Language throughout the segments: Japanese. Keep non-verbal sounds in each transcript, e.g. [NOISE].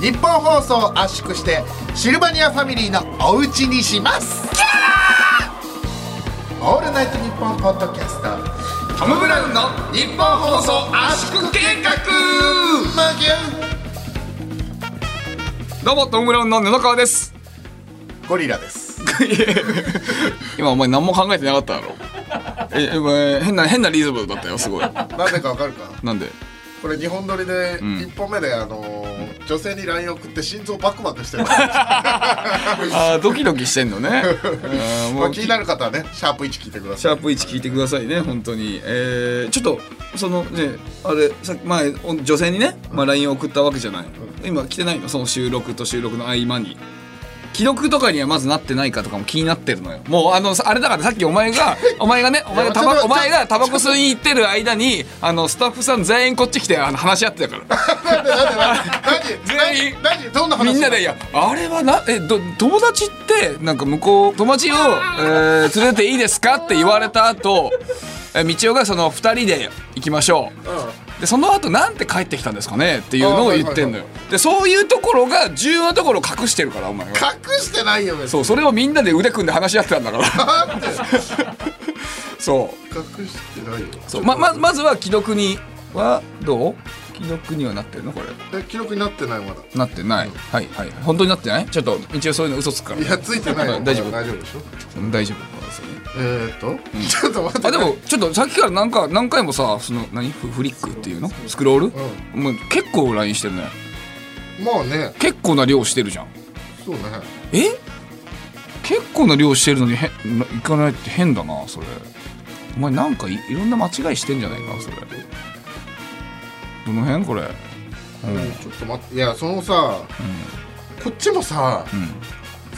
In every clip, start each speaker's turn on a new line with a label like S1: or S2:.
S1: 日本放送を圧縮してシルバニアファミリーのお家にしますオールナイトニッポンポッドキャスト
S2: トム・ブラウンの日本放送圧縮計画
S1: マギュ
S2: どうもトム・ブラウンの布川です
S1: ンゴリラです
S2: 今お前何も考えてなかっただ [LAUGHS] ろええお前変な変なリズムだったよすごい
S1: なぜかわかるか
S2: なんで
S1: これ日本撮りで
S2: ん
S1: 1本目で、あのー女性に LINE 送って心臓バクバクしてる
S2: あードキドキしてんの [LAUGHS] ねあ
S1: ま
S2: ーも
S1: あ
S2: う
S1: 気
S2: シ
S1: になる方はねシャープ1聞いてください
S2: ャープ1聞いてくださいね本当にえー、ちょっとそのねあれさっき前お女性にね、まあ、LINE を送ったわけじゃない今来てないのその収録と収録の合間に既読とかにはまずなってないかとかも気になってるのよもうあのあれだからさっきお
S1: [LAUGHS]
S2: 前がお前がねお前がタ
S1: いや
S2: バ
S1: ちょっと
S2: お前がタバコ吸いに行ってる間にあのスタッフさん全員こっち来てあの話し合ってたから
S1: なんでなんで何
S2: [LAUGHS] 全員
S1: 何何どんな話
S2: みんなで「いやあれはなえど友達ってなんか向こう友達を、えー連れていいですか?」って言われた後えみちおがその2人で行きましょう、でその後なんて帰ってきたんですかねっていうのを言ってんのよ、
S1: あ
S2: でそういうところが重要なところを隠してるからお前は
S1: 隠してないよ別
S2: そ
S1: に
S2: うそれをみんなで腕組んで話し合ってたん
S1: [LAUGHS]
S2: だから
S1: なんで
S2: そう
S1: 隠してないよ
S2: そうまままずは既読にはどう既読にはなってるのこれ
S1: え記録になってないまだ
S2: なってないはいはい本当になってないちょっと一応そういうの嘘つくから
S1: いやついてないよ
S2: 大丈夫
S1: 大丈夫でしょ
S2: うん大丈夫なんですよね
S1: えー、っと、ちょっと待って
S2: あでもちょっとさっきから何か何回もさその何フフリックっていうのスクロール、もう結構 LINE してるね
S1: もうね
S2: 結構な量してるじゃん
S1: そうね
S2: え結構な量してるのにへんな行かないって変だなそれお前なんかいいろんな間違いしてんじゃないかそれどの辺これ
S1: うんちょっと待っていやそのさ、こっちもさ、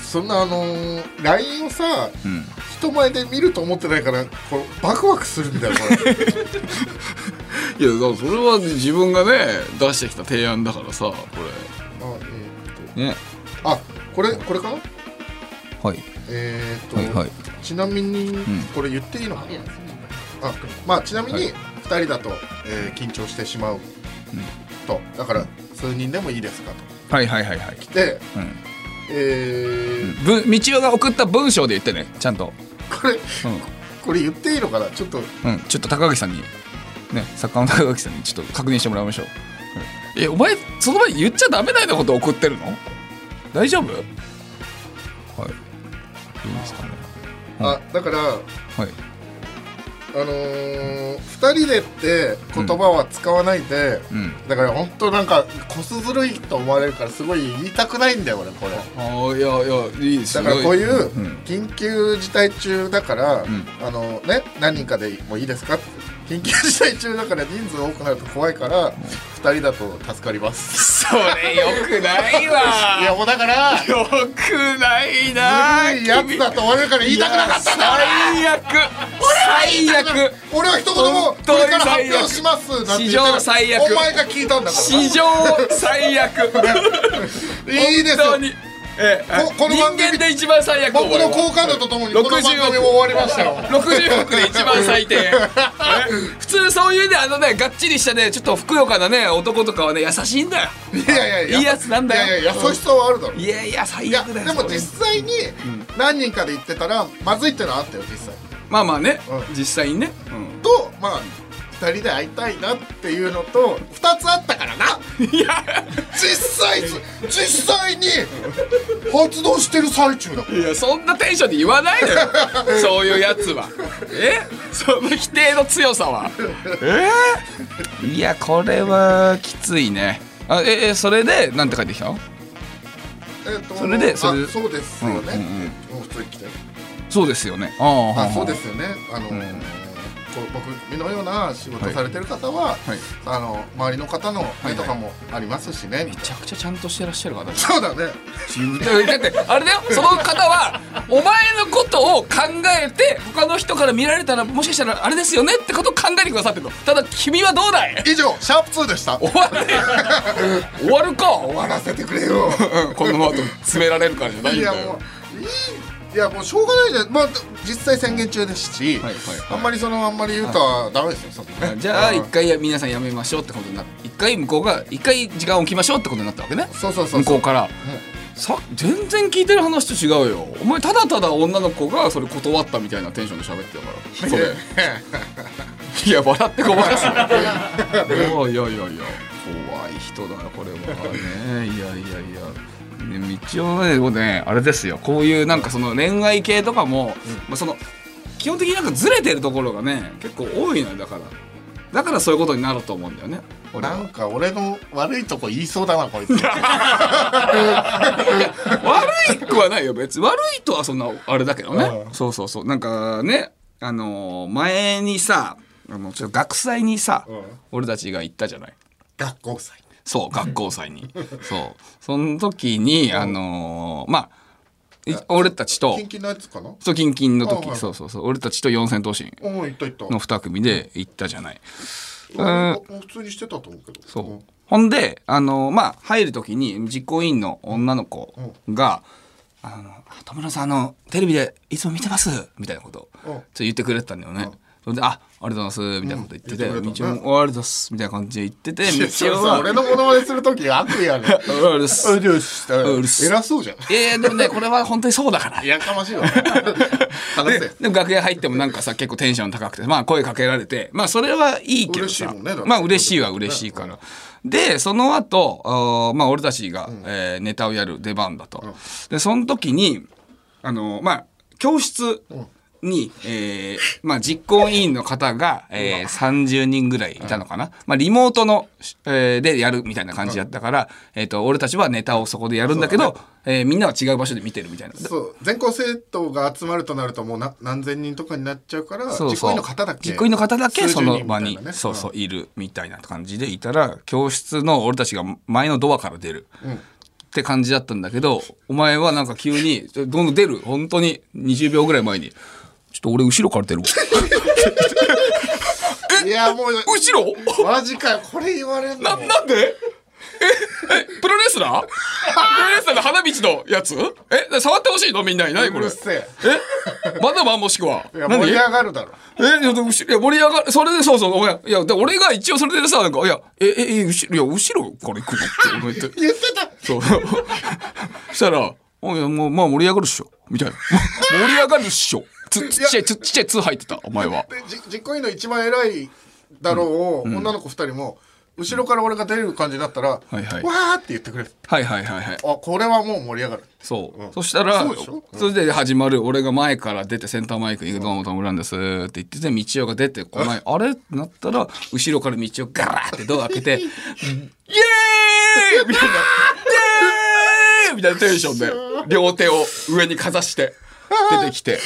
S1: そんなあのー、LINE をさ、
S2: ん
S1: 人前で見ると思ってないからこうバクバクするん [LAUGHS] だよこれ
S2: いやそれは自分がね出してきた提案だからさ
S1: あ,、
S2: こ
S1: えーっ
S2: れね
S1: とあこれこれかな
S2: はい
S1: えー、っと、
S2: はいはい
S1: ちなみに、これ言っていいのかなあまあちなみに2人だと、えー緊張してしまう、とだから数人でもいいですかと
S2: はいはいはいはい
S1: 来て、
S2: ん
S1: えー
S2: ぶ道夫が送った文章で言ってねちゃんと
S1: これ、
S2: ん
S1: これ言っていいのかなちょっと
S2: うん、ちょっと高垣さんにね作家の高垣さんにちょっと確認してもらいましょう、うんえお前その前に言っちゃダメなようなこと送ってるの大丈夫はいいいんですかね
S1: あだから
S2: はい
S1: あのー、2人でって言葉は使わないで、
S2: うん
S1: だから本当なんかこすずるいと思われるからすごい言いたくないんだよ俺これ
S2: ああいやいやいいです
S1: だからこういう
S2: うん
S1: 緊急事態中だから、
S2: ん
S1: あのね何人かでもいいですかって緊急事態中だから人数多くなると怖いから2人だと助かります
S2: それよくない
S1: い [LAUGHS] や
S2: わ
S1: もうだからず
S2: よくないな
S1: るいやつだと思われるから言いたくなかったんだ
S2: 最悪最悪
S1: 俺は一言も
S2: 本
S1: 「こ
S2: 当に
S1: れから発表します」なんて言ったら
S2: 史上最悪
S1: お前が聞いたんだか
S2: 史上最悪
S1: らいいです
S2: 本当にええ
S1: ここの
S2: 人
S1: 番組
S2: 間で一番最悪
S1: 僕
S2: 俺
S1: の
S2: は
S1: 好感度とともにこの番組も終わりましたよ
S2: 60億で一番最低
S1: [LAUGHS]
S2: え普通そういうねあのねがっちりしたねちょっとふくよかなね男とかはね優しいんだよ
S1: いやいや
S2: いいやつなんだよ
S1: いやいや優しさはあるだろ
S2: いやいや
S1: い
S2: 最
S1: や
S2: 悪だよ
S1: でも
S2: それ
S1: 実際に何人かで言ってたらまずいってのはあったよ実際
S2: まあまあね、
S1: う
S2: 実際にね、うん
S1: とまあ2人で会いたいなっていうのと2つあったから
S2: [LAUGHS]
S1: ない
S2: や
S1: 実際実際に発動してる最中だから
S2: いやそんなテンションで言わない
S1: [LAUGHS]
S2: のよそういうやつはえその否定の強さはえいやこれはきついねあええそれでなんて書いてきたの
S1: えっと
S2: それで
S1: あ
S2: それで
S1: そうですよね
S2: うんうん
S1: もう普通に来て
S2: そうですよねああ
S1: あそうですよねあのーこう僕のような仕事されてる方は、
S2: はい
S1: あの周りの方の目とか
S2: は
S1: もありますしね、
S2: めちゃくちゃちゃんとしてらっしゃる方
S1: そうだね
S2: だってあれだよその方はお前のことを考えて他の人から見られたらもしかしたらあれですよねってことを考えてくださってるのただ君はどうだい [LAUGHS]
S1: 以上シャープ2でした終
S2: 終われ終わるか [LAUGHS]
S1: わらせてくれよ
S2: この後詰められるからじゃない
S1: い
S2: ん
S1: や
S2: だ
S1: も
S2: よ
S1: ういいいやもうしょうがないじゃんまあ実際宣言中ですし、
S2: はいはいはい
S1: あんまりそのあんまり言うとはダメですよ、そんなね
S2: じゃあ
S1: うん
S2: 一回や皆さんやめましょうってことになって一回向こうが一回時間置きましょうってことになったわけね
S1: そうそうそう
S2: 向こうから、さ全然聞いてる話と違うよお前ただただ女の子がそれ断ったみたいなテンションで喋ってたからそれいや笑ってごまかす
S1: [LAUGHS]
S2: なおーいやいやいや怖い人だよこれはねいやいやいやね一応ねもうねあれですよこういうなんかその恋愛系とかも、まあ、その基本的になんかずれてるところがね結構多いのよだからだからそういうことになると思うん
S1: [LAUGHS]
S2: だよね俺
S1: な
S2: は
S1: んか俺の悪いとこ言いそうだなこいつ
S2: 悪いくはないよ別に悪いとはそんなあれだけどね
S1: うん
S2: そうそうそうなんかねあのー前にさあのちょっと学祭にさ、
S1: うん
S2: 俺たちが行ったじゃない
S1: 学校祭
S2: そう学校
S1: [LAUGHS]
S2: 祭にそうその時にあのーまあい俺たちと
S1: 近々のやつかな
S2: そうキンキンの時、
S1: うんうん
S2: そうそうそう俺たちと四千頭身
S1: おおいったいった
S2: の2組で行ったじゃない
S1: 俺も普通にしてたと思うけど
S2: そう。ほんで、あのまあ、入るときに、実行委員の女の子が、あの、あ田村さん、あの、テレビでいつも見てます、みたいなこと、ち
S1: うん
S2: ょっと言ってくれてたんだよね。それで、あ、ありがとうございます、みたいなこと言ってて、
S1: うん言ってく
S2: 道
S1: れた
S2: も、あ
S1: ね
S2: りがとうございます、みたいな感じで言ってて、
S1: いやそれ
S2: 道
S1: さ
S2: は、
S1: 俺のモノマネする時悪意ある
S2: あ [LAUGHS] りがとうございます
S1: うるす
S2: うるす
S1: 偉そうじゃん
S2: いやいや、でもね、これは本当にそうだから。
S1: やかましいわ
S2: [LAUGHS]
S1: 話
S2: で
S1: せ
S2: でも楽屋入ってもなんかさ結構テンション高くてまあ声かけられてまあそれはいいけど
S1: 嬉し
S2: さ
S1: いもんねだって
S2: まあ嬉しいは嬉しいから、でその後あーまあ俺たちが、えーネタをやる出番だと、でその時にあのまあ教室に、えーまあ、実行委員の方が、えー30人ぐらいいたのかな、まあ、リモートの、えーでやるみたいな感じだったから、えー、と俺たちはネタをそこでやるんだけどえーみんなは違う場所で見てるみたいな
S1: そう全校生徒が集まるとなるともうな何千人とかになっちゃうから実行委員の方だけ
S2: 実行委員の方だけ
S1: 数十
S2: そ
S1: 人
S2: の場
S1: み
S2: に
S1: たいなね
S2: そうそういるみたいな感じでいたら教室の俺たちが前のドアから出るって感じだったんだけどお前はなんか急にどんどん出る本当に20秒ぐらい前に「ちょっと俺後ろから出るわ」
S1: いやもう
S2: [LAUGHS] 後ろ
S1: マジかよこれ言われん
S2: な
S1: の
S2: なんでええプロレスラープロレスラーの花道のやつえ触ってほしいのみんなに何
S1: う
S2: これ
S1: るせえ
S2: えバナナもしくはい
S1: や
S2: 何
S1: 盛り上がるだろ
S2: え、いや、でも後ろいや盛り上がる、それで、そうそう、お前、いや、で俺が一応それでさ、なんか、いや、え、え、え、後ろ、いや、後ろから行くのって、お前言って、
S1: 言ってた
S2: そう。そ [LAUGHS] したら、おいや、もう、まあ、盛り上がるっしょ、みたいな。 [LAUGHS] 盛り上がるっしょ。つ、ちっちゃい、つ、ちっちゃい、つ入ってた、お前は。
S1: でじ実行委員の一番偉いだろうを、女の子二人も後ろから俺が出る感じだったら、
S2: はいはい
S1: わーって言ってくれる
S2: はいはいはいは
S1: あ
S2: い。
S1: これはもう盛り上がる
S2: そう、そしたら
S1: そうでしょ
S2: それで始まる俺が前から出てセンターマイクに「どうもどうもなんです」って言ってて道夫が出てこないあれってなったら後ろから道夫ガラーってドア開けて「イエー [LAUGHS] イ!」みたいな「イエーイ!」みたいなテンションで両手を上にかざして出てきて。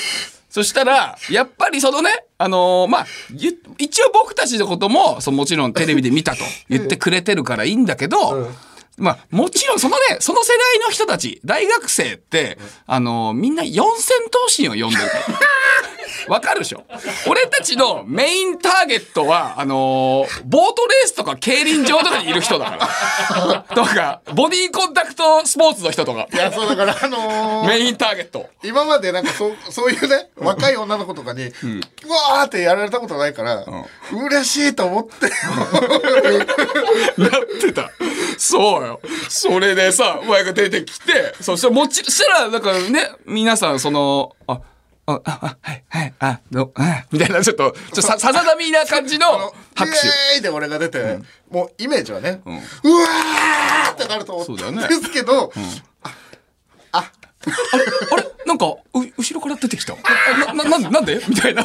S2: そしたら、やっぱりそのね、あのーまあ、ゆ一応僕たちのことも、そうもちろんテレビで見たと言ってくれてるからいいんだけど、まあ、もちろんそのね、その世代の人たち、大学生って、あのーみんな四千頭身を呼んでるから。わかるでしょ俺たちのメインターゲットは、あのーボートレースとか競輪場とかにいる人だから。とか、ボディーコンタクトスポーツの人とか、
S1: いやそうだからあ
S2: [LAUGHS]
S1: のー
S2: メインターゲット。
S1: 今までなんかそうそういうね若い女の子とかに、うわーってやられたことないから、嬉しいと思って
S2: なってた。そうよ。それでさ、お前が出てきて、そしたら、もち、そしたら、だからね、皆さん、その、あ、あ、あ、はい、はい、あ、ど、あ、みたいな、ちょっと、ちょっとさ、さざ波な感じの拍手。
S1: イエーイで俺が出て、もうイメージはね、うわーってなると思ったん
S2: そうだよね
S1: ですけど、
S2: あれなんか、う、後ろから出てきた。あな、な、なんでなんでみたいな。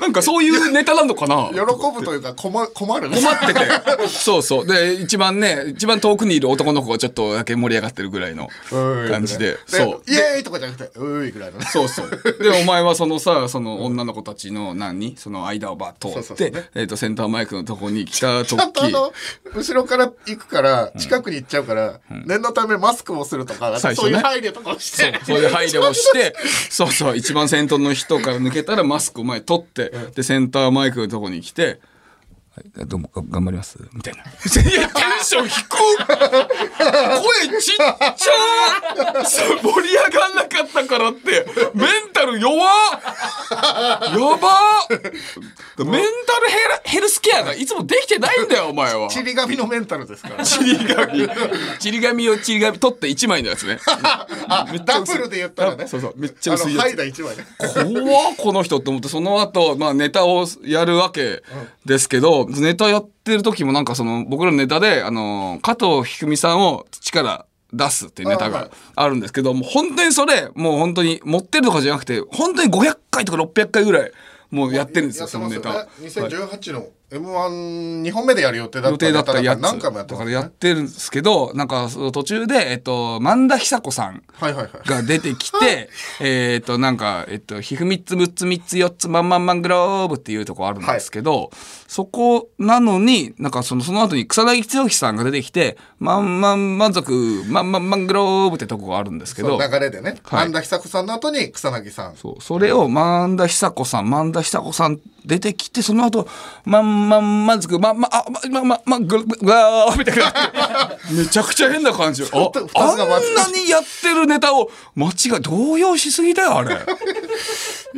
S2: なんかそういうネタなのかな
S1: 喜ぶというか困困るね
S2: 困っ
S1: [LAUGHS]
S2: てて。そうそう。で、一番ね、一番遠くにいる男の子がちょっとだけ盛り上がってるぐらいの感じで。そう。
S1: イエーイとかじゃなくてうーいぐらいのね
S2: そうそう。で、お前はそのさ、その女の子たちの何その間をばっと
S1: そ
S2: 通っ
S1: うそう
S2: て
S1: そうね、
S2: えっと、センターマイクのとこに来た時
S1: ちゃんとあの、後ろから行くから、近くに行っちゃうから、念のためマスクをするとか、
S2: 最初
S1: そう
S2: ね
S1: いう配慮とかをし
S2: そう
S1: て。
S2: そういう配慮をして、そうそう、一番先頭の人から抜けたらマスクを前取って、で、センターマイクのとこに来て、
S3: はいどうもが頑張りますみたいな
S2: いや、テンション低っ声ちっちゃそう盛り上がんなかったからって、メンタル弱っやばっメンタルヘルヘルスケアがいつもできてないんだよ、お前は。
S1: ちり紙のメンタルですから
S2: ちり紙。ちり紙をちり紙取って1枚のやつね。
S1: あダブルで言ったらね
S2: そうそう、めっちゃ
S1: あ
S2: 薄い
S1: のハ
S2: やつ
S1: イ。ダ1枚ね
S2: 怖っこの人って思ってその後、まあネタをやるわけですけど、ネタやってる時もなんかその僕らのネタであの加藤ひくみさんを土から出すっていうネタ
S1: あは
S2: が
S1: い
S2: あるんですけどもう本当にそれもう本当に持ってるとかじゃなくて本当に500回とか600回ぐらいもうやってるんですよそのネタを
S1: やってますよね2018の m 1 2本目でやる予定だった
S2: 予定だったやつ
S1: 何回もやって
S2: だ
S1: ます
S2: から
S1: ね
S2: やってるんですけどなんかその途中でえっと萬田久子さん
S1: はいはいはい
S2: が出てきて、えっと、なんか、えっと、ひふみつ、むつみつ、よっつ、まんまんマングローブっていうとこあるんですけど、そこなのに、なんかその、その後に草薙剛さんが出てきて、まんまん満足、まんまんマングローブってとこがあるんですけ
S1: そ
S2: ど
S1: う、流れでね
S2: はい
S1: 神田久子さんの後に草薙さん
S2: そう、それを、萬田久子さん、萬田久子さん出てきて、その後、まんまん満足、まんま、あ、ま、ま、ま、ま、ぐ、ぐ、ぐわーみたいな。
S1: [LAUGHS]
S2: めちゃくちゃ変な感じ。あ、
S1: ょっと二つが
S2: あん
S1: 混ざっ
S2: なにやってるネタを、間違い、動揺しすぎだよ、あれ。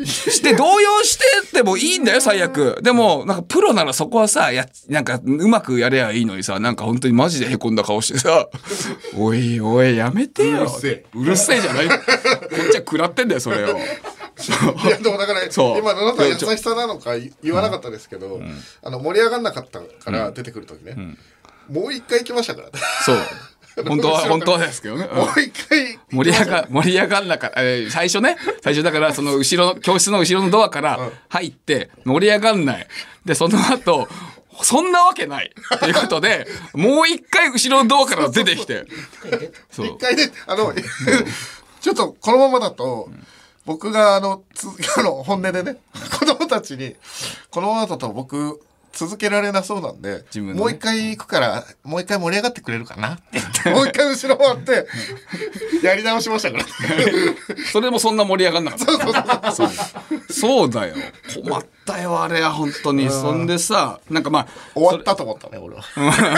S2: して、動揺してってもいいんだよ、最悪。でも、なんか、プロならそこはさ、や、なんか、うまくやればいいのにさ、なんか本当にマジで凹んだ顔してさ、おいおい、やめてよ。
S1: うるせえ
S2: うるせえじゃない。こっちは食らってんだよ、それを。
S1: いやでもだから
S2: [LAUGHS] そう
S1: 今のなんか優しさなのか言わなかったですけど、あの盛り上がんなかったから出てくる時ね、もう一回行きましたからね
S2: [LAUGHS] そう。本当は、本当はですけどね。うん
S1: もう一回
S2: 盛り上が、盛り上がんなかった。えー最初ね、最初だから、その後ろの、教室の後ろのドアから入って、盛り上がんない。で、その後、そんなわけないということで、もう一回後ろのドアから出てきて。そ
S1: 一
S2: う。
S1: 回であの [LAUGHS] ちょっとこのままだと、僕があのつ [LAUGHS] あの本音でね [LAUGHS] 子供たちにこのままだと僕続けられなそうなんで、
S2: 自分のね
S1: もう一回行くからもう一回盛り上がってくれるかなって言
S2: [LAUGHS]
S1: ってもう一回後ろ回ってやり直しましたから。
S2: それもそんな盛り上がんなかった。そうそうだよ。困ったよ、あれは、本当に。そんでさ、なんかまあ、
S1: 終わったと思ったね俺は。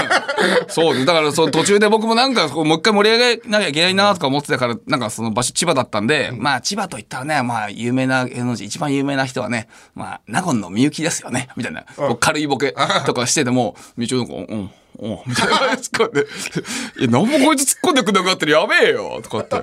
S2: [LAUGHS] そうですだからその途中で僕もなんかこうもう一回盛り上げなきゃいけないなとか思ってたからなんかその場所千葉だったんで、まあ千葉といったらねまあ有名な芸能人一番有名な人はねまあ納言のみゆきですよねみたいな、こう軽いボケとかしててもみちおなんか「うんうん」みたいな突っ込んで「いや何もこいつ突っ込んでくんなくなってるやべえよ」とかって。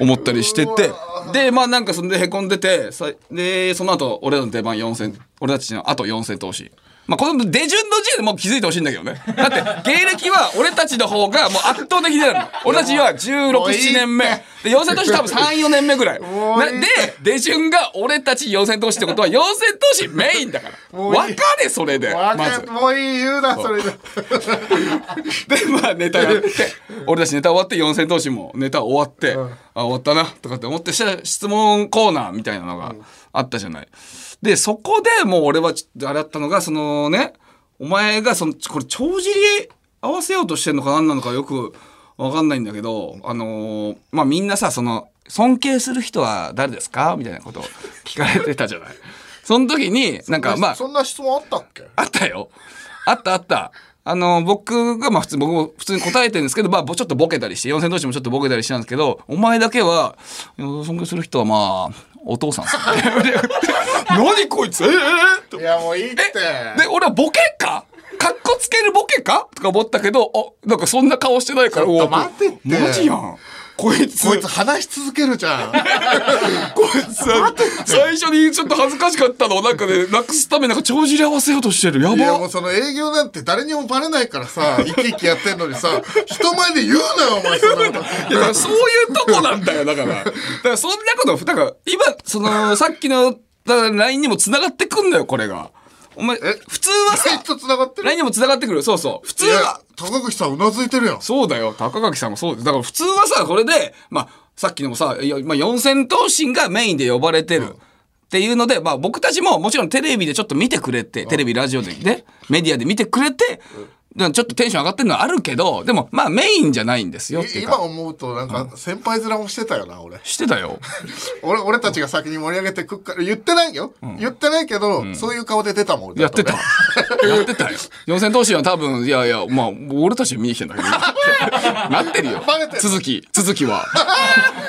S2: 思ったりしててでまあなんかそんでへこんでてさでその後俺らの出番4戦俺たちのあと4戦投資まあこの出順の時点でもう気づいてほしいんだけどねだって芸歴は俺たちの方がもう圧倒的になるの俺たちは
S1: もういい
S2: 167年目で四千投資多分34年目ぐらい
S1: もういい
S2: なで出順が俺たち四千投資ってことは四千投資メインだから
S1: もういい
S2: 分かれそれで
S1: わ
S2: ま
S1: か
S2: ず
S1: んもういい言うなそれで。
S2: [LAUGHS] でまあネタやって俺たちネタ終わって四千頭身もネタ終わって、あ終わったなとかって思ってしたら質問コーナーみたいなのがあったじゃない。でそこでもう俺はちょっとあれだったのがそのねお前がそのこれ帳尻合わせようとしてんのか何なのかよくわかんないんだけどあのーまあみんなさその尊敬する人は誰ですかみたいなことを聞かれてたじゃない。その時になんかまあ
S1: そんな質問あったっけ？
S2: あったよ。あったあった。あの、僕が、まあ普通、僕も普通に答えてるんですけど、まあぼちょっとボケたりして、四千頭身もちょっとボケたりしたんですけど、お前だけは、うん尊敬する人はまあ、お父さんっすね [LAUGHS] 何こいつえ
S1: い
S2: え
S1: やもういいって。
S2: えで、俺はボケかかっこつけるボケかとか思ったけど、あ、なんかそんな顔してないから、
S1: ちょっと
S2: お
S1: 待てって
S2: マジやん。こいつ、
S1: こいつ話し続けるじゃん。
S2: こいつ最初にちょっと恥ずかしかったのをなんかね、なくすためになんか帳尻合わせようとしてる。やば
S1: いやもうその営業なんて誰にもバレないからさ、 [LAUGHS] 生き生きやってんのにさ、人前で言うなよ、お前そ [LAUGHS] んなこ
S2: いやだからそういうとこなんだよ、だから。だからそんなこと、だから今、その、さっきの、だから LINE にも繋がってくんだよ、これが。お前、
S1: え
S2: 普通
S1: と。
S2: はさ
S1: ず、っと繋がってる
S2: LINE にも繋がってくる。そうそう。普通
S1: いや
S2: は、、
S1: 高口さんうなずいてるやん。
S2: そうだよ、高垣さんもそうです。だから普通はさ、これで、まあ、さっきのもさ、いやまあ、四千頭身がメインで呼ばれてる。っていうので、まあ僕たちももちろんテレビでちょっと見てくれて、テレビ、ラジオでね、メディアで見てくれて、ちょっとテンション上がってるのはあるけど、でもまあメインじゃないんですよって
S1: い
S2: いう
S1: 今
S2: か。
S1: 思うとなんか先輩面もしてたよな、俺。
S2: してたよ。
S1: 俺、俺たちが先に盛り上げてくっから、言ってないよ。言ってないけど、そういう顔で出たもん、
S2: やってた。
S3: やって
S2: [LAUGHS]
S3: たよ。四千頭身は多分、いやいや、まあ、俺たち見に来てんだ
S1: [LAUGHS]
S3: けど。なってるよ
S1: バレて。る
S3: 続き、続き
S1: [LAUGHS]
S3: は。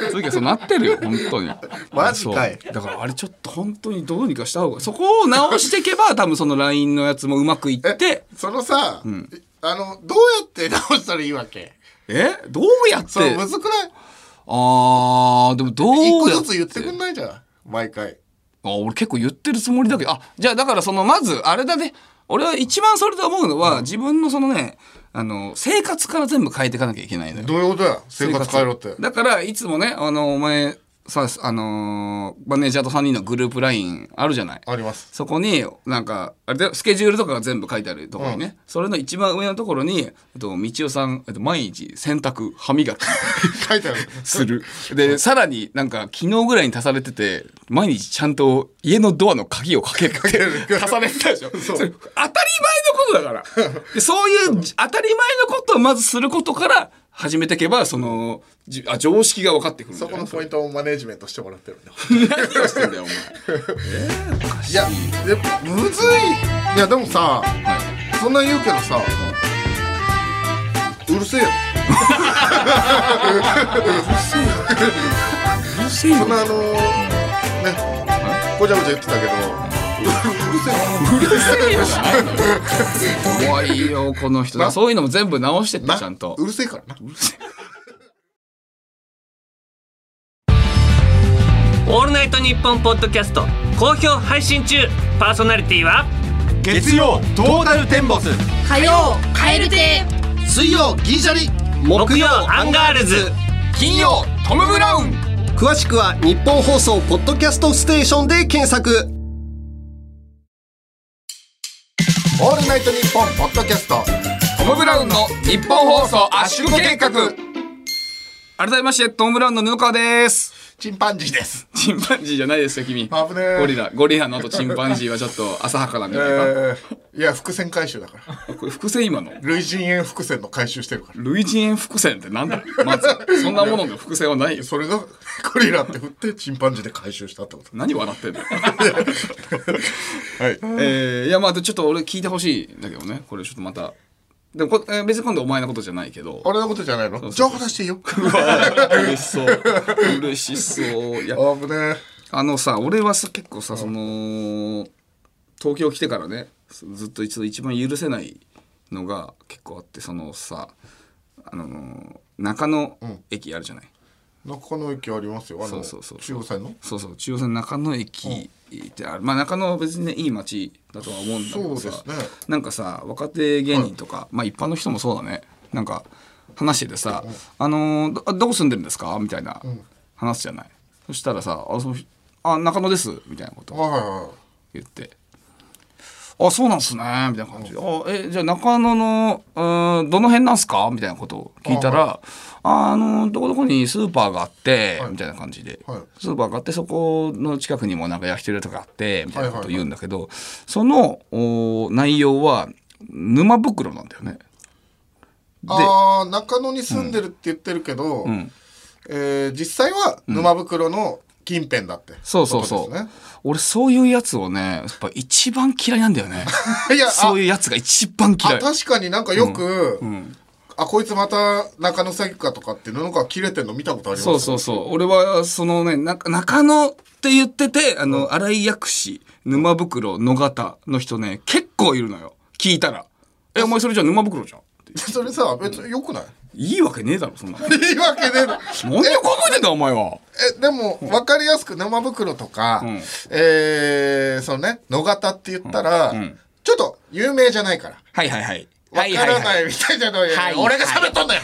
S3: 続きはそうなってるよ、本当に。
S1: マジかい
S2: そうだからあれちょっと本当にどうにかした方がそこを直していけば多分その LINE のやつもうまくいって
S1: そのさ、あのどうやって直したらいいわけ
S2: えどうやって
S1: そうむずくない
S2: あーでもどう
S1: 一個
S2: やっ
S1: ずつ言ってくんないじゃん毎回
S2: あ俺結構言ってるつもりだけどあじゃあだからそのまずあれだね俺は一番それと思うのは、自分のそのねあの生活から全部変えていかなきゃいけないのよ
S1: どういうことや生活変えろって
S2: だからいつもねあのお前さあのーマネージャーと3人のグループ LINE あるじゃない
S1: あります [LAUGHS]
S2: そこになんかあれだよスケジュールとかが全部書いてあるところにね、それの一番上のところにえっと道夫さんえっと毎日洗濯歯磨き
S1: 書いてある
S2: する [LAUGHS] でさらになんか昨日ぐらいに足されてて毎日ちゃんと家のドアの鍵をかけるって足されてたでしょそれ当たり前のことだ
S1: [LAUGHS]
S2: からでそういう当たり前のことをまずすることから始めていけばそのじあ常識が分かってくるんだ
S1: そこ
S2: よ
S1: のポイントをマネージメントしてもらってるんだ
S2: 何をしてんだよお前
S1: いやでむずいいやでもさ、そんなん言うけどさ、うるせえよ
S2: うるせえ
S1: [LAUGHS]
S2: よ
S1: そんなあのー、ねごちゃごちゃ言ってたけどうるせえよ
S2: 怖いよこの人
S1: な
S2: そういうのも全部直してって
S1: な
S2: ちゃんと
S1: うるせえからな
S4: 「オールナイトニッポン」ポッドキャスト好評配信中パーソナリティは
S5: 月曜トータルテンボス
S6: 火曜カエル亭
S5: 水曜銀シャリ
S4: 木曜アンガールズ
S2: 金曜トム・ブラウン
S5: 詳しくは日本放送ポッドキャストステーションで検索
S1: 「オールナイトニッポン」ポッドキャスト
S2: トム・ブラウンの日本放送圧縮計画改めましてトム・ブラウンの布川です
S1: チンパンジーです
S2: チンパンジーじゃないですよ君
S1: あぶねえ
S2: ゴリラゴリラの後チンパンジーはちょっと浅はかなんじゃ
S1: え
S2: ないか、
S1: ー、いや伏線回収だから
S2: これ伏線今の
S1: 類人猿伏線の回収してるから
S2: 類人猿伏線ってなんだまずそんなものの伏線はないよ
S1: それが [LAUGHS] ゴリラって振ってチンパンジーで回収したってこと
S2: 何
S1: [LAUGHS]
S2: 笑ってんだよ
S1: はい
S2: えー、いやまあちょっと俺聞いてほしいんだけどねこれちょっとまたでもこ、えー別に今度お前のことじゃないけど
S1: 俺のことじゃないの情報出していいよ
S2: 嬉しそう嬉しそういや
S1: あぶね
S2: あのさ俺はさ結構さその東京来てからねそずっと一度一番許せないのが結構あってそのさあのー中野駅あるじゃない、
S1: え中野駅ありますよあの
S2: そうそうそう
S1: 中央線の
S2: そうそう中央線中野駅ってある、まあ中野は別にねいい街だとは思うんだけどさ、
S1: そうですね
S2: なんかさ若手芸人とか、まあ一般の人もそうだねなんか話しててさ「あのーどどこ住んでるんですか?」みたいな話すじゃない、そしたらさ「あそのあ中野です」みたいなこと
S1: はいはいはい
S2: 言って「あそうなんすね」みたいな感じで「あえじゃあ中野のうーんどの辺なんすか?」みたいなことを聞いたら「ああのどこどこにスーパーがあって」みたいな感じで、
S1: はい
S2: スーパーがあってそこの近くにもなんか焼き鳥屋とかあってみたいなことを言うんだけど、そのお内容は沼袋なんだよね。で
S1: あー中野に住んでるって言ってるけど、えー実際は沼袋の近辺だって、
S2: そうそうそ
S1: こ
S2: う、
S1: とですね
S2: 俺そういうやつをねやっぱ一番嫌いなんだよね
S1: [LAUGHS] いやあ
S2: そういうやつが一番嫌
S1: あ
S2: い
S1: 確かになんかよく、あこいつまた中野詐欺かとかって布が切れてんの見たことあります
S2: そうそうそう。俺は、そのね、な中野って言ってて、あの、荒井薬師、沼袋、野方の人ね、結構いるのよ。聞いたら。え、お前それじゃあ沼袋じゃん。
S1: それさ別によくない、
S2: いいわけねえだろ、そんなの。
S1: いいわけで
S2: なんで考えてんだ、お前は。
S1: えでも分かりやすく沼袋とか、
S2: ん
S1: えーそのね野方って言ったら、ちょっと有名じゃないから
S2: はいはいはい。は
S1: 分
S2: い
S1: か
S2: はい
S1: ら
S2: は。
S1: ないいみたいなのよ、
S2: はい
S1: 俺が喋っとんだよ、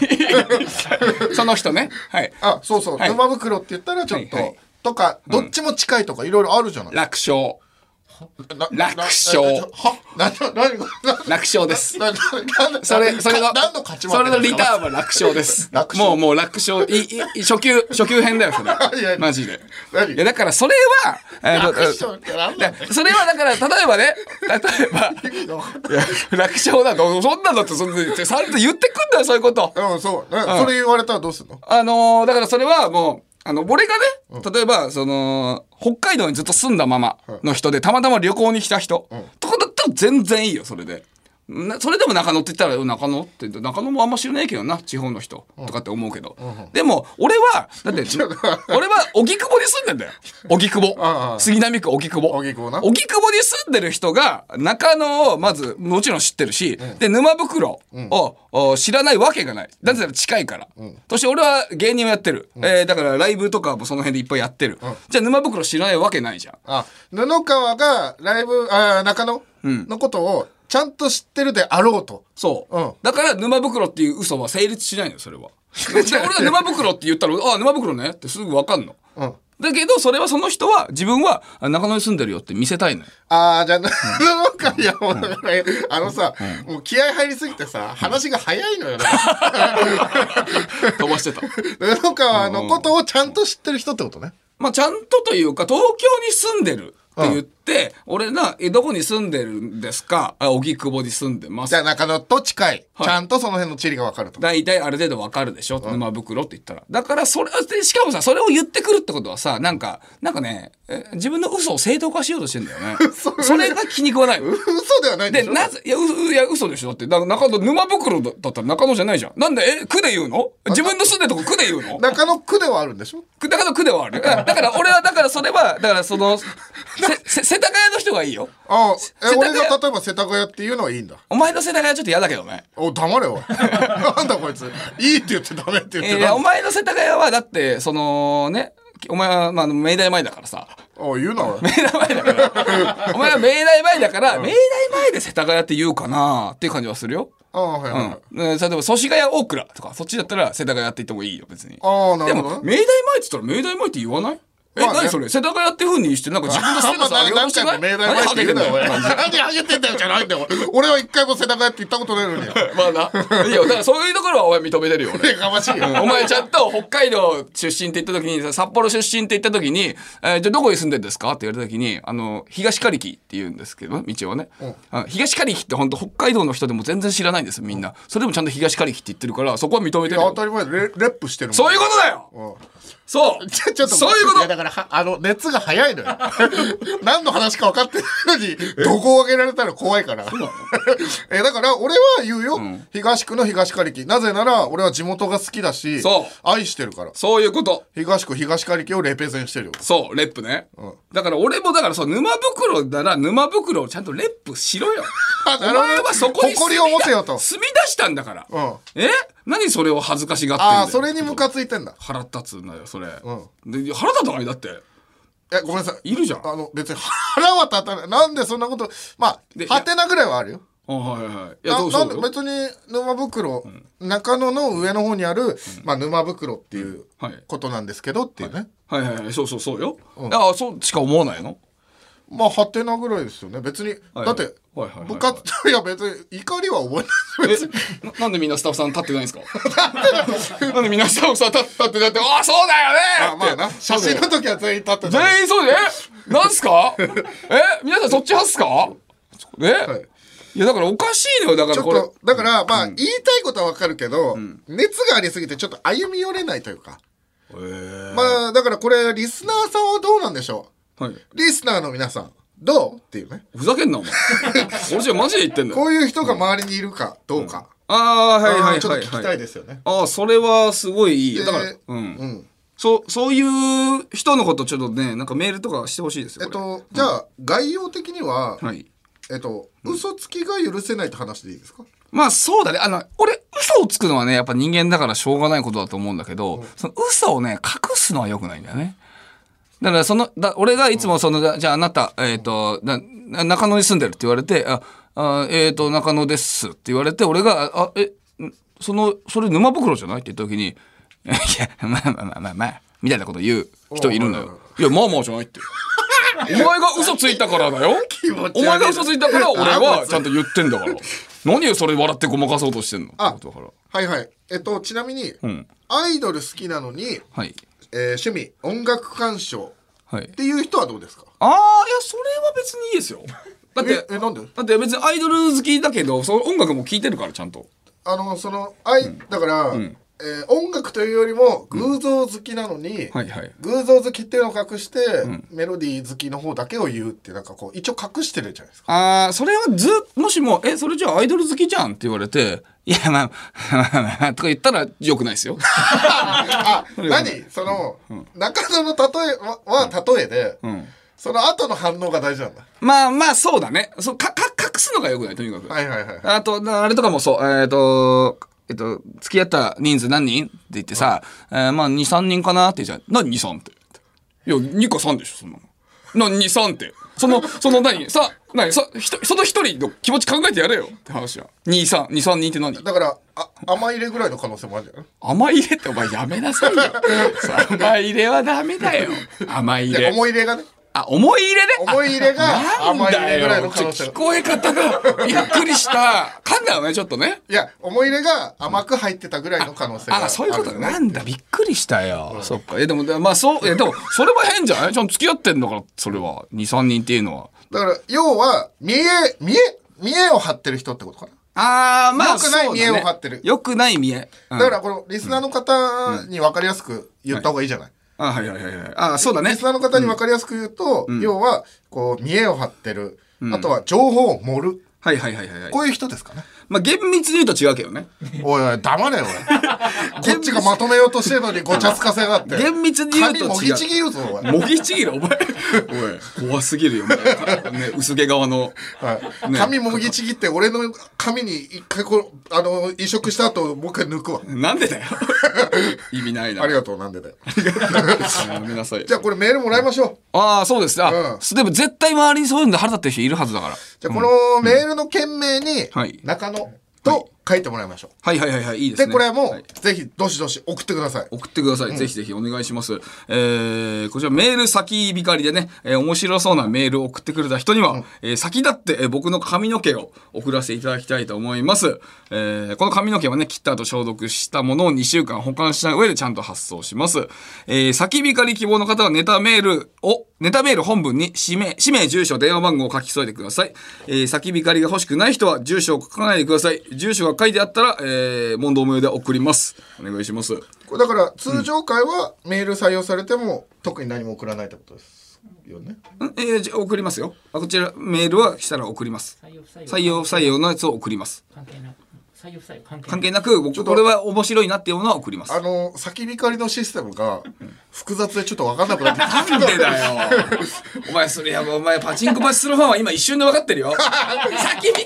S2: その人ね。はい。
S1: あそうそう、
S2: はい
S1: 沼袋って言ったらちょっと、
S2: はいはい
S1: とかどっちも近いとかいろいろあるじゃない、
S2: 楽勝。
S1: な
S2: 楽勝
S1: なはな何が
S2: 楽勝です。
S1: [LAUGHS] なななな
S2: それ、それの、
S1: 何の勝ち負
S2: それの
S1: けです
S2: リ
S1: か
S2: ターンは楽勝です。
S1: 楽勝
S2: もうもう楽勝。い、い、い初級、初級編だよ、そ
S1: [LAUGHS] いや
S2: れ。マジで。
S1: 何
S2: いや、だからそれは、えーと
S1: 楽勝ってなんだよ
S2: だそれはだから、例えばね、例えば、いや楽勝なんか、そんなのって、そんな、さんと言ってくんだよ、そういうこと。
S1: うんそう、ねそれ言われたらどうすんの
S2: あのーだからそれはもう、あの、俺がね、例えば、その、北海道にずっと住んだままの人で、たまたま旅行に来た人とかだったら全然いいよそれでなそれでも中野って言ったらうん中野って言って中野もあんま知らないけどな地方の人とかって思うけど、でも俺はだって [LAUGHS] 俺は荻窪に住んでんだよ荻
S1: あ
S2: 窪
S1: あ
S2: 杉並区荻窪
S1: 荻窪な
S2: 荻窪に住んでる人が中野をまずもちろん知ってるし、で沼袋を、お知らないわけがないだって近いから、そして俺は芸人をやってる、えーだからライブとかもその辺でいっぱいやってる、じゃあ沼袋知らないわけないじゃん
S1: あ布川がライブあ中野のことをちゃんと知ってるであろうと、
S2: そう、
S1: うん
S2: だから沼袋っていう嘘は成立しないのよそれ
S1: [LAUGHS]
S2: はで俺が沼袋って言ったら「あ沼袋ね」ってすぐ分かんの、
S1: うん、
S2: だけどそれはその人は自分はあ中野に住んでるよって見せたい
S1: [LAUGHS]
S2: のよ
S1: ああじゃあ布川いやもうだからあのさ、もう気合入りすぎてさ話が早いのよね
S2: 飛ばしてた
S1: 布川のことをちゃんと知ってる人ってことね
S2: まあちゃんとというか東京に住んでるって言って、俺なえどこに住んでるんですかあ荻窪に住んでま
S1: じゃあ
S2: す
S1: 中野と近い、
S2: はい
S1: ちゃんとその辺の地理が分かると
S2: 大体ある程度わかるでしょ、沼袋って言ったらだからそれでしかもさそれを言ってくるってことはさなんかなんかねえ自分の嘘を正当化しようとしてんだよね [LAUGHS] それが気に食わないの
S1: 嘘ではないんで
S2: で、
S1: しょ
S2: なぜ、いや、ういや、嘘でしょだって、だ中野、沼袋だったら中野じゃないじゃん。なんで、え、区で言うの自分の住んでるとこ区で言うの
S1: 中野区ではあるんでしょ
S2: だから区ではあるよ。だから、俺は、だからそれは、だからその、 [LAUGHS] せ、せ、世田谷の人がいいよ。
S1: ああ
S2: 世
S1: え
S2: 田
S1: 俺
S2: 谷
S1: が例えば世田谷っていうのはいいんだ
S2: お前の世田谷はちょっと嫌だけどね。
S1: お黙れおいなんだこいついいって言ってダメって言って
S2: え
S1: た、
S2: いやお前の世田谷は、だって、その、ね、お前は、まあ、明大前だからさ。 [LAUGHS]
S1: おい言うなおい
S2: 明大前だから。お前は明大前だから、明大前で世田谷って言うかなっていう感じはするよ。
S1: ああはいはい、はい
S2: うん、例えば祖師ヶ谷大倉とかそっちだったら世田谷って言ってもいいよ別に
S1: ああなるほど
S2: でも
S1: ね
S2: 明大前って言ったら明大前って言わないえ、
S1: まあね
S2: 何それ世田谷ってふうにしてなんか自分の
S1: あ
S2: ス
S1: ん
S2: テータ
S1: ま
S2: ス上げよう
S1: 何
S2: として
S1: 回も明大前って言う
S2: ない
S1: なよ、おい。
S2: [LAUGHS] 何
S1: 何ハゲてんだよじゃないんだよ。俺は一回も背中やって言ったことないのに。
S2: まあないやだからそういうところはお前認めてるよ俺
S1: やかましいよ。
S2: [LAUGHS] お前ちゃんと北海道出身って言った時に札幌出身って言った時に「えーじゃあどこに住んでるんですか?」って言われた時にあの東カリキって言うんですけど道はね、あ東カリキって本当北海道の人でも全然知らないんですよみんなそれでもちゃんと東カリキって言ってるからそこは認めて
S1: い
S2: る
S1: や
S2: よ
S1: 当たり前でレレップしてるもん。
S2: そういうことだよ
S1: うん
S2: そう
S1: ちょちょっと待って
S2: そういうこ
S1: やだからはあの熱が早いのよ [LAUGHS] 何の話か分かってないのにどこを上げられたら怖いから [LAUGHS] えだから俺は言うよ、東区の東カリキなぜなら俺は地元が好きだし
S2: そう
S1: 愛してるから
S2: とそういうこと
S1: 東区東カリキをレペゼンしてるよ
S2: そうレップね、だから俺もだからそう沼袋なら沼袋をちゃんとレップし
S1: [LAUGHS]
S2: ろよ
S1: あ
S2: お前はそこに
S1: 誇りを持てよと
S2: 住み出したんだから、
S1: う
S2: え何それを恥ずかしがってんだよ
S1: ああそれにムカついてんだ
S2: 腹立つんだよそれ、
S1: う
S2: で腹立たないだって
S1: えごめんなさい
S2: いるじゃん
S1: あの別に腹は立たないなんでそんなことま
S2: で
S1: あはてなぐらいはあるよ
S2: あはいはいいや
S1: な
S2: どう
S1: な
S2: そ
S1: ん
S2: う
S1: で
S2: よ
S1: 別に沼袋、中野の上の方にある、まあ、沼袋っていう
S2: はい
S1: ことなんですけどっていうね、
S2: はいはいはいそうそうそうよ、ああそうしか思わないの
S1: まあはてなぐらいですよね別に、
S2: はい
S1: だって、
S2: はいはいはいはい
S1: 部活 [LAUGHS] いや別に怒りは覚えない
S2: えななんでみんなスタッフさん立ってないんですか
S1: [LAUGHS]
S2: なんでみんなスタッフさん立って立って立ってああそうだよね
S1: あまあな [LAUGHS] 写真の時は全員立ってた
S2: 全員そうでえなんすかえ皆さんそっち派っすかえ、い、やだからおかしいのよだか
S1: ち
S2: ら
S1: ょ
S2: こ
S1: っ
S2: れ
S1: とだからまあ、言いたいことはわかるけど、熱がありすぎてちょっと歩み寄れないというか、まあだからこれリスナーさんはどうなんでしょ
S2: はい、
S1: うリスナーの皆さんどうっていうね
S2: ふざけんなお前 [LAUGHS] 俺じゃマジで言ってんだよ
S1: こういう人が周りにいるかどうか、
S2: ああーはいはいはい、は
S1: あー
S2: い、
S1: ちょっと聞きたいですよね。
S2: ああそれはすごいいいよだから、
S1: で
S2: うん
S1: うん
S2: そうそういう人のことちょっとねなんかメールとかしてほしいですよ
S1: えっ
S2: これ
S1: と、じゃあ、概要的には、
S2: はい
S1: えっと、嘘つきが許せないって話でいいですか
S2: まあそうだね。あの、俺、嘘をつくのはね、やっぱ人間だからしょうがないことだと思うんだけど、その嘘をね、隠すのは良くないんだよね。だからその、だ俺がいつもその、だじゃああなた、えっ、とな、な中野に住んでるって言われて、あ、あえっ、と、中野ですって言われて、俺が、あ、え、んその、それ沼袋じゃないって言った時に、い [LAUGHS] や、まあまあまあまあまあ、みたいなこと言う人いるのよ。いや、まあまあじゃないって。お前が嘘ついたか
S1: [LAUGHS]
S2: らだよ。
S1: 持ち悪い
S2: お前が嘘ついたから俺はちゃんと言ってん
S3: [LAUGHS]
S2: だから。何よそれ笑ってごまかそうとしてんの。
S1: あ
S2: だから。
S1: はいはい。えっと、ちなみに、
S2: ん
S1: アイドル好きなのに、
S2: はい。
S1: えー趣味、音楽鑑賞
S2: はい。ああ、いや
S1: っていう人はどうですか
S2: それは別にいいですよ。だっ
S1: え
S2: て、、
S1: えなんで
S2: だって別にアイドル好きだけど、その音楽も聴いてるからちゃんと。
S1: あの、その、アイ、だから、えー音楽というよりも偶像好きなのに、
S2: はいはい
S1: 偶像好きっていうのを隠して、
S2: ん
S1: メロディー好きの方だけを言うってなんかこう一応隠してるじゃないですか。
S3: ああ、それはず、もしも、え、それじゃあアイドル好きじゃんって言われて、いや、まあ、まあまあまあとか言ったら良くないですよ。
S2: [LAUGHS]
S1: あ何その、中野の例えはは例えで、
S2: うん
S1: その後の反応が大事なんだ。
S3: まあまあ、そうだね。そう、か、か、隠すのが良くない、とにかく。
S1: はいはいはい。
S3: あと、なあれとかもそう、えっ、と、えっ、と、付き合った人数何人って言ってさ、えーまあ、2、3人かなって言うじゃん。何、2、3って。いや、2か3でしょ、そんなの。何、2、3って。その、その何、さ、何、さ、ひとその一人の気持ち考えてやれよって話は。2、3、2、3人って何
S1: だからあ甘入れぐらいの可能性もあるじゃん。
S3: 甘い入れってお前やめなさい
S1: [LAUGHS]
S3: よ。そう甘い入れはダメだよ。甘い入
S1: いや
S3: れ。
S1: 思い入れがね
S3: あ、思い入れね。あ
S1: 思い入れが
S3: なん
S1: 甘入
S3: だ
S1: れぐらい
S3: よ
S1: の。可
S3: ちょ
S1: 能性
S3: 聞こえ方がびっくりした。噛んだよね、ちょっとね。
S1: いや思い入れが甘く入ってたぐらいの可能性がある、
S3: あそういうことねなんだびっくりしたよ、そっかえでもまあそうえでもそれは変じゃないちゃんと付き合ってんだからそれは23人っていうのは
S1: だから要は見え見え見えを張ってる人ってことかな
S3: ああ
S1: 良くない見栄を張ってる
S3: よくない見え、うん
S1: だからこのリスナーの方に分かりやすく言った方がいいじゃない、
S2: あはいはいはいはいあそうだね
S1: リスナーの方に分かりやすく言うと、要はこう見栄を張ってる、あとは情報を盛る
S2: はいはいはいはいはい
S1: こういう人ですかね
S2: まあ厳密に言うと違うけどね
S1: おいおい黙れ
S2: [LAUGHS]
S1: よ俺こっちがまとめようとしてるのにごちゃつかせがあって
S2: 厳密に言うと違
S1: 髪
S2: う
S1: もぎちぎるぞおい
S2: もぎちぎるお前おい怖すぎるよ、もうね、薄毛側の
S1: はい、髪もぎちぎって俺の髪に一回こうあの移植した後もう一回抜くわ
S2: なんでだよ [LAUGHS] 意味ないな
S1: ありがとうなんでだよ
S2: ごめんなさい
S1: じゃあこれメールもらいましょう
S3: ああそうですあ、
S1: うん
S3: すでも絶対周りにそういうので腹立ってる人いるはずだから
S1: じゃあこのメールの件名に
S2: はい
S1: 「中野」と書いてもらいましょう、
S2: はいはいはいはいいいですね
S1: でこれも
S2: はい
S1: ぜひどしどし送ってください
S2: 送ってください。ぜひぜひお願いします。えー、こちらメール先びかりでね、えー面白そうなメールを送ってくれた人には、えー先立って、えー僕の髪の毛を送らせていただきたいと思います。えーこの髪の毛はね、切った後消毒したものを2週間保管した上でちゃんと発送します。えー先びかり希望の方はネタメールを、ネタメール本文に氏名、氏名、住所、電話番号を書き添えてください。えー先びかりが欲しくない人は住所を書かないでください。住所が書いてあったら、えー問答無用で送ります。お願いします。
S1: これだから通常回はメール採用されても特に何も送らないってことですよね
S2: んえーじゃあ送りますよあこちらメールはしたら送ります
S7: 採用不採用
S2: 採用不採用のやつを送ります
S7: 関係なく採用不採用関係な
S2: 関
S7: い
S2: 係なく僕これは面白いなっていうものは送ります
S1: あの先光りのシステムが複雑でちょっと分かんなくなってきた
S2: なんでだ
S1: [LAUGHS]
S2: よお前それやばいお前パチンコパチスロファンは今一瞬で分かっ
S1: [LAUGHS]
S2: てるよ先光りね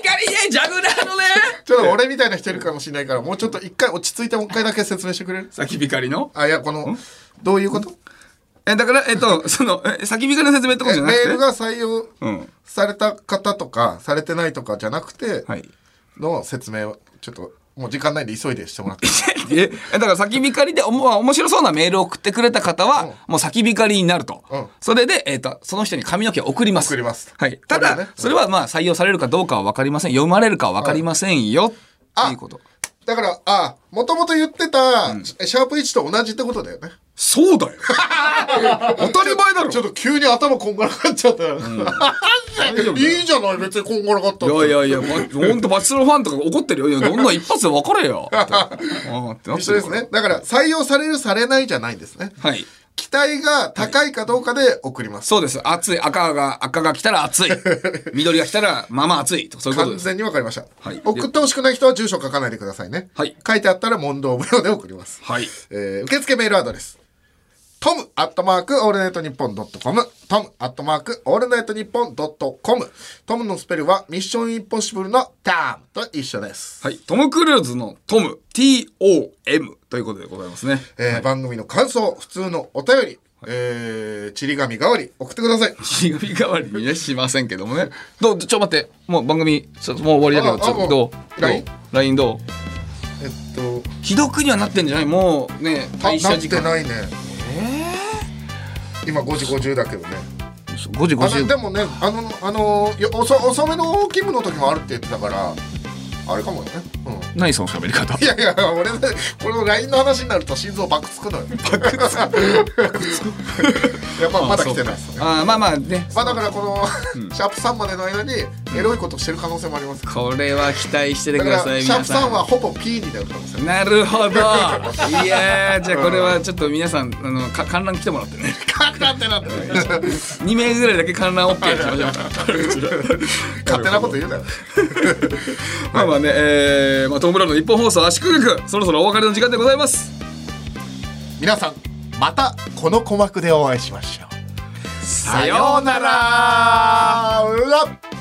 S2: ジャグラーのね
S1: ちょっと俺みたいな人いるかもしれないからもうちょっと一回落ち着いてもう一回だけ説明してくれる
S2: 先光りの
S1: あいやこのどういうこと
S2: えだからえっとそのえ先光りの説明ってこと
S1: え
S2: じゃな
S1: メール
S2: くて
S1: が採用
S2: うん
S1: された方とかされてないとかじゃなくて
S2: はい
S1: の説明をちょっともう時間ないんで急いでしても
S2: [LAUGHS]
S1: らって
S2: えだから先光りでおも面白そうなメールを送ってくれた方は、もう先光りになると、
S1: うん
S2: それで、えっとその人に髪の毛を送ります
S1: 送ります
S2: はい、ただ、
S1: これはねうん
S2: それはまあ採用されるかどうかは分かりません読まれるかは分かりませんよ、
S1: あ
S2: っていうこと
S1: だからあもともと言ってた、シャープ1と同じってことだよね
S2: そう [LAUGHS] だよ当たり前だ
S1: ちょっと急に頭こんがらがっちゃったよ、 [LAUGHS] いいじゃない別にこんがらがったって
S2: いやいやいや、ま、ほんとバチスロファンとか怒ってるよいやどんな一発で分かれよってあーってなってるから
S1: 一緒ですねだから採用されるされないじゃないんですね
S2: はい
S1: 期待が高いかどうかで送ります、
S2: そうです熱い赤が赤が来たら熱い緑が来たらまあまあ熱いとそういうこと
S1: 完
S2: です
S1: 全にわかりました、
S2: はい
S1: 送ってほしくない人は住所書かないでくださいね、
S2: はい
S1: 書いてあったら問答無用で送ります
S2: はい
S1: えー受付メールアドレス。トムアットマークオールナイトニッポンドットコム。トムアットマークオールナイトニッポンドットコム。トムのスペルはミッションインポッシブルのタームと一緒です。
S2: はいトム・クルーズのトム TOM ということでございますね
S1: えー番組の感想、普通のお便り、えー、ちり紙代わり送ってください。
S2: 死神代わりにねしませんけどもね [LAUGHS] どうちょ待ってもう番組ちょもう終わりだけど
S1: あ
S2: ちょ
S1: あもう
S2: どう
S1: LINE？
S2: どう LINE どう
S1: えっと、
S2: 既読にはなってんじゃないもうね
S1: あ
S2: 退
S1: な
S2: 社
S1: っ
S2: 時
S1: て
S2: 間
S1: ないね。今5時50だけどね。
S3: 5時
S1: あの
S3: 50
S1: でもね、あの、あのよ遅遅めの勤務の時もあるって言ってたから、あれかもね。うん。
S3: 何その喋り方
S1: いやいや、俺ね、この LINE の話になると心臓バクつくのよ。バクつく。 [LAUGHS] やっぱまだ来てないですね。
S2: あーまあまあね
S1: まあだからこの、シャープ3までの間にエロいことしてる可能性もあります
S2: これは期待してて
S1: だ
S2: く
S1: か
S2: だ
S1: ら
S2: さい
S1: シャープ
S2: 皆
S1: さ
S2: さ
S1: んは
S2: ん
S1: ほぼ P になる可能性 [LAUGHS]
S2: なるほどいやーじゃあこれはちょっと皆さんあのか観覧来てもらってね
S1: 勝手な
S2: [LAUGHS]
S1: って
S2: 2名ぐらいだけ観覧 OK にしましょうか [LAUGHS]
S1: 勝手なこと言うなよ
S8: まあまあね、えーまあ、トム・ブラウンの日本放送圧縮力そろそろお別れの時間でございます
S1: 皆さんまたこの鼓膜でお会いしましょう
S8: さ
S1: さようならうら